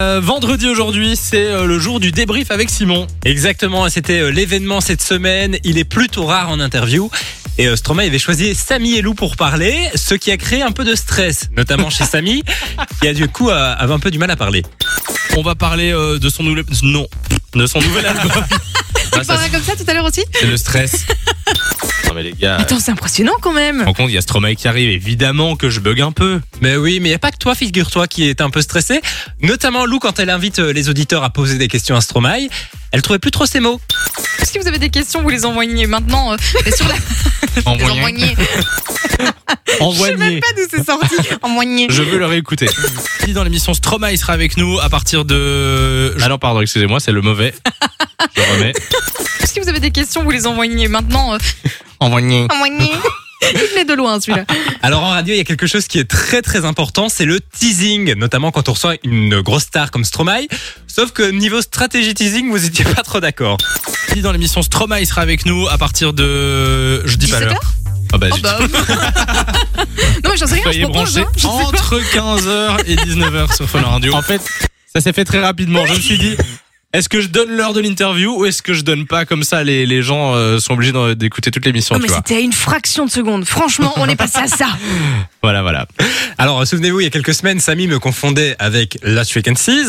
Euh, vendredi aujourd'hui, c'est euh, le jour du débrief avec Simon. Exactement, c'était euh, l'événement cette semaine. Il est plutôt rare en interview. Et euh, Stromae avait choisi Samy et Lou pour parler, ce qui a créé un peu de stress, notamment chez Samy, qui a du coup euh, avait un peu du mal à parler. On va parler euh, de son nouvel non, de son nouvel album. Ah, ça, parleras comme ça tout à l'heure aussi c'est le stress. Non mais les gars, Attends, c'est impressionnant quand même rends compte, il y a Stromae qui arrive, évidemment que je bug un peu. Mais oui, mais il n'y a pas que toi, figure-toi, qui est un peu stressé. Notamment Lou quand elle invite euh, les auditeurs à poser des questions à Stromae. Elle trouvait plus trop ses mots. Si vous avez des questions, vous les envoyez maintenant euh, et sur la... En les moyen, envoyez. Je sais même Envoyez. pas d'où c'est sorti. Envoyez. je veux le réécouter. Qui dans l'émission Stromae sera avec nous à partir de Ah non, pardon, excusez-moi, c'est le mauvais. Je remets. Si vous avez des questions, vous les envoyez maintenant euh, Envoyez. Envoyez. Il venait de loin celui-là. Alors en radio, il y a quelque chose qui est très très important, c'est le teasing, notamment quand on reçoit une grosse star comme Stromae. Sauf que niveau stratégie teasing, vous n'étiez pas trop d'accord. qui dans l'émission Stromae sera avec nous à partir de je dis pas 17 l'heure. heures Ah bah, Oh zut. bah. non, mais j'en sais rien, je Soyez propose. branchés hein, je sais pas. entre 15h et 19h sur Fun Radio. En fait, ça s'est fait très rapidement. Je me suis dit est-ce que je donne l'heure de l'interview ou est-ce que je donne pas comme ça les, les gens euh, sont obligés d'en- d'écouter toute l'émission, Non, tu Ah, mais vois. c'était à une fraction de seconde. Franchement, on est passé à ça. Voilà, voilà. Alors, euh, souvenez-vous, il y a quelques semaines, Samy me confondait avec Last Frequencies.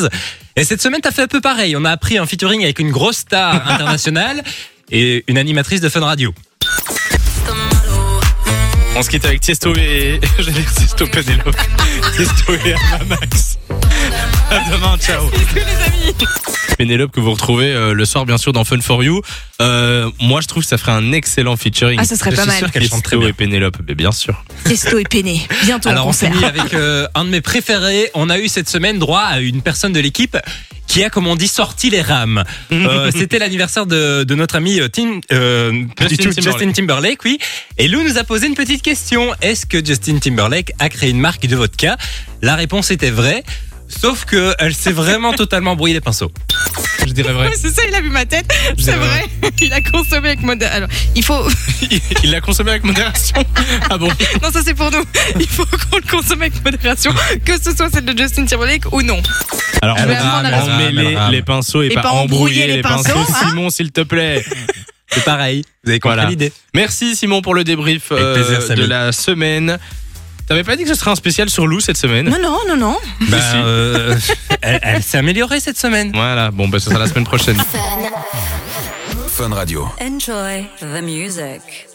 Et cette semaine, t'as fait un peu pareil. On a appris un featuring avec une grosse star internationale et une animatrice de Fun Radio. on se quitte avec Tiesto et. J'allais dire Tiesto Penelope. Tiesto et Amamax. À demain, ciao. Penelope que vous retrouvez euh, le soir, bien sûr, dans Fun for You. Euh, moi, je trouve que ça ferait un excellent featuring. Ah, ce serait Je pas suis mal. sûr qu'elle chante très Tiesto bien. et Penelope, mais bien sûr. Testo et peiné. Bientôt en Alors, on s'est concert. mis avec euh, un de mes préférés. On a eu cette semaine droit à une personne de l'équipe qui a, comme on dit, sorti les rames. Euh, C'était l'anniversaire de, de notre ami euh, Tim, euh, Justin du tout, Timberlake. Justin Timberlake, oui. Et Lou nous a posé une petite question. Est-ce que Justin Timberlake a créé une marque de vodka La réponse était vraie. Sauf que elle s'est vraiment totalement brouillée les pinceaux. Je dirais vrai. Ouais, c'est ça, il a vu ma tête. C'est dirais vrai. Il a consommé avec modération. Alors, il faut. Il l'a consommé avec modération. Ah bon Non, ça c'est pour nous. Il faut qu'on le consomme avec modération, que ce soit celle de Justin Timberlake ou non. Alors, Je vais on- apprendre à- emmêler Madame. les pinceaux et, Ah bah Et pas, embrouiller les pinceaux. hein. Simon, s'il te plaît. C'est pareil. Vous avez compris Voilà. l'idée. Merci Simon pour le débrief Avec euh, plaisir, Samy. de la semaine. T'avais pas dit que ce serait un spécial sur Lou cette semaine Non, non, non, non. Ben, Si. euh, elle elle s'est améliorée cette semaine. Voilà, bon, bah, ce sera la semaine prochaine. Enjoy the music.